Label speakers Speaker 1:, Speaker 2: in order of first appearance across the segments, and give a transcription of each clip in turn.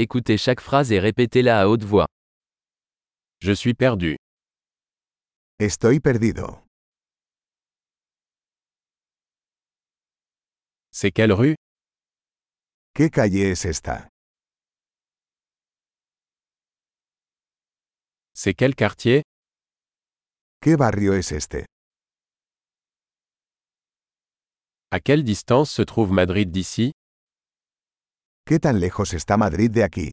Speaker 1: Écoutez chaque phrase et répétez-la à haute voix. Je suis perdu.
Speaker 2: Estoy perdido.
Speaker 1: C'est quelle rue
Speaker 2: ¿Qué calle es esta?
Speaker 1: C'est quel quartier
Speaker 2: ¿Qué barrio es este?
Speaker 1: À quelle distance se trouve Madrid d'ici
Speaker 2: ¿Qué tan lejos está Madrid de aquí?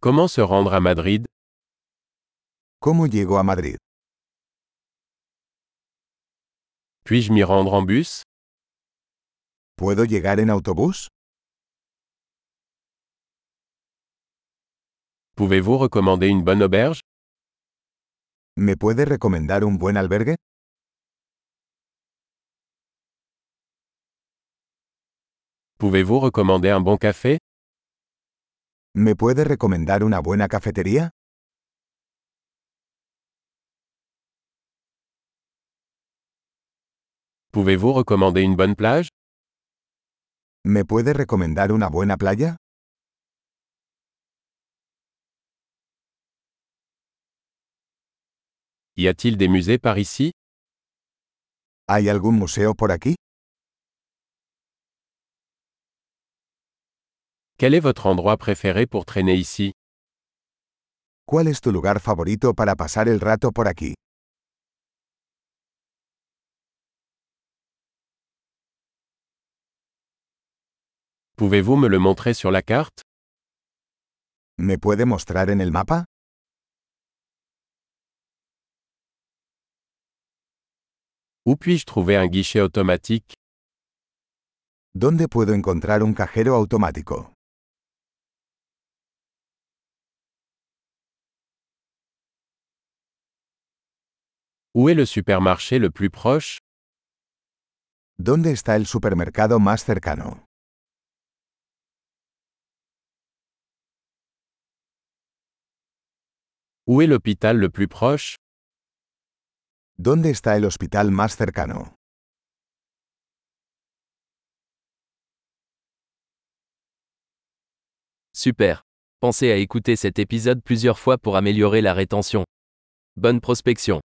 Speaker 1: Comment se rendre à Madrid
Speaker 2: ¿Cómo llego a Madrid?
Speaker 1: Puis-je m'y rendre en bus
Speaker 2: ¿Puedo llegar en autobús?
Speaker 1: Pouvez-vous recommander une bonne auberge
Speaker 2: ¿Me puede recomendar un buen albergue?
Speaker 1: Pouvez-vous recommander un bon café
Speaker 2: ¿Me puede recomendar una buena cafetería?
Speaker 1: Pouvez-vous recommander une bonne plage
Speaker 2: ¿Me puede recomendar una buena playa?
Speaker 1: Y a-t-il des musées par ici
Speaker 2: ¿Hay algún museo por aquí?
Speaker 1: Quel est votre endroit préféré pour traîner ici
Speaker 2: ¿Cuál es tu lugar favorito para pasar el rato por aquí?
Speaker 1: Pouvez-vous me le montrer sur la carte
Speaker 2: ¿Me puede mostrar en el mapa?
Speaker 1: Où puis-je trouver un guichet automatique
Speaker 2: ¿Dónde puedo encontrar un cajero automático?
Speaker 1: Où est le supermarché le plus proche
Speaker 2: ¿Dónde está el supermercado más cercano?
Speaker 1: Où est l'hôpital le plus proche
Speaker 2: ¿Dónde está el hospital más cercano?
Speaker 3: Super. Pensez à écouter cet épisode plusieurs fois pour améliorer la rétention. Bonne prospection.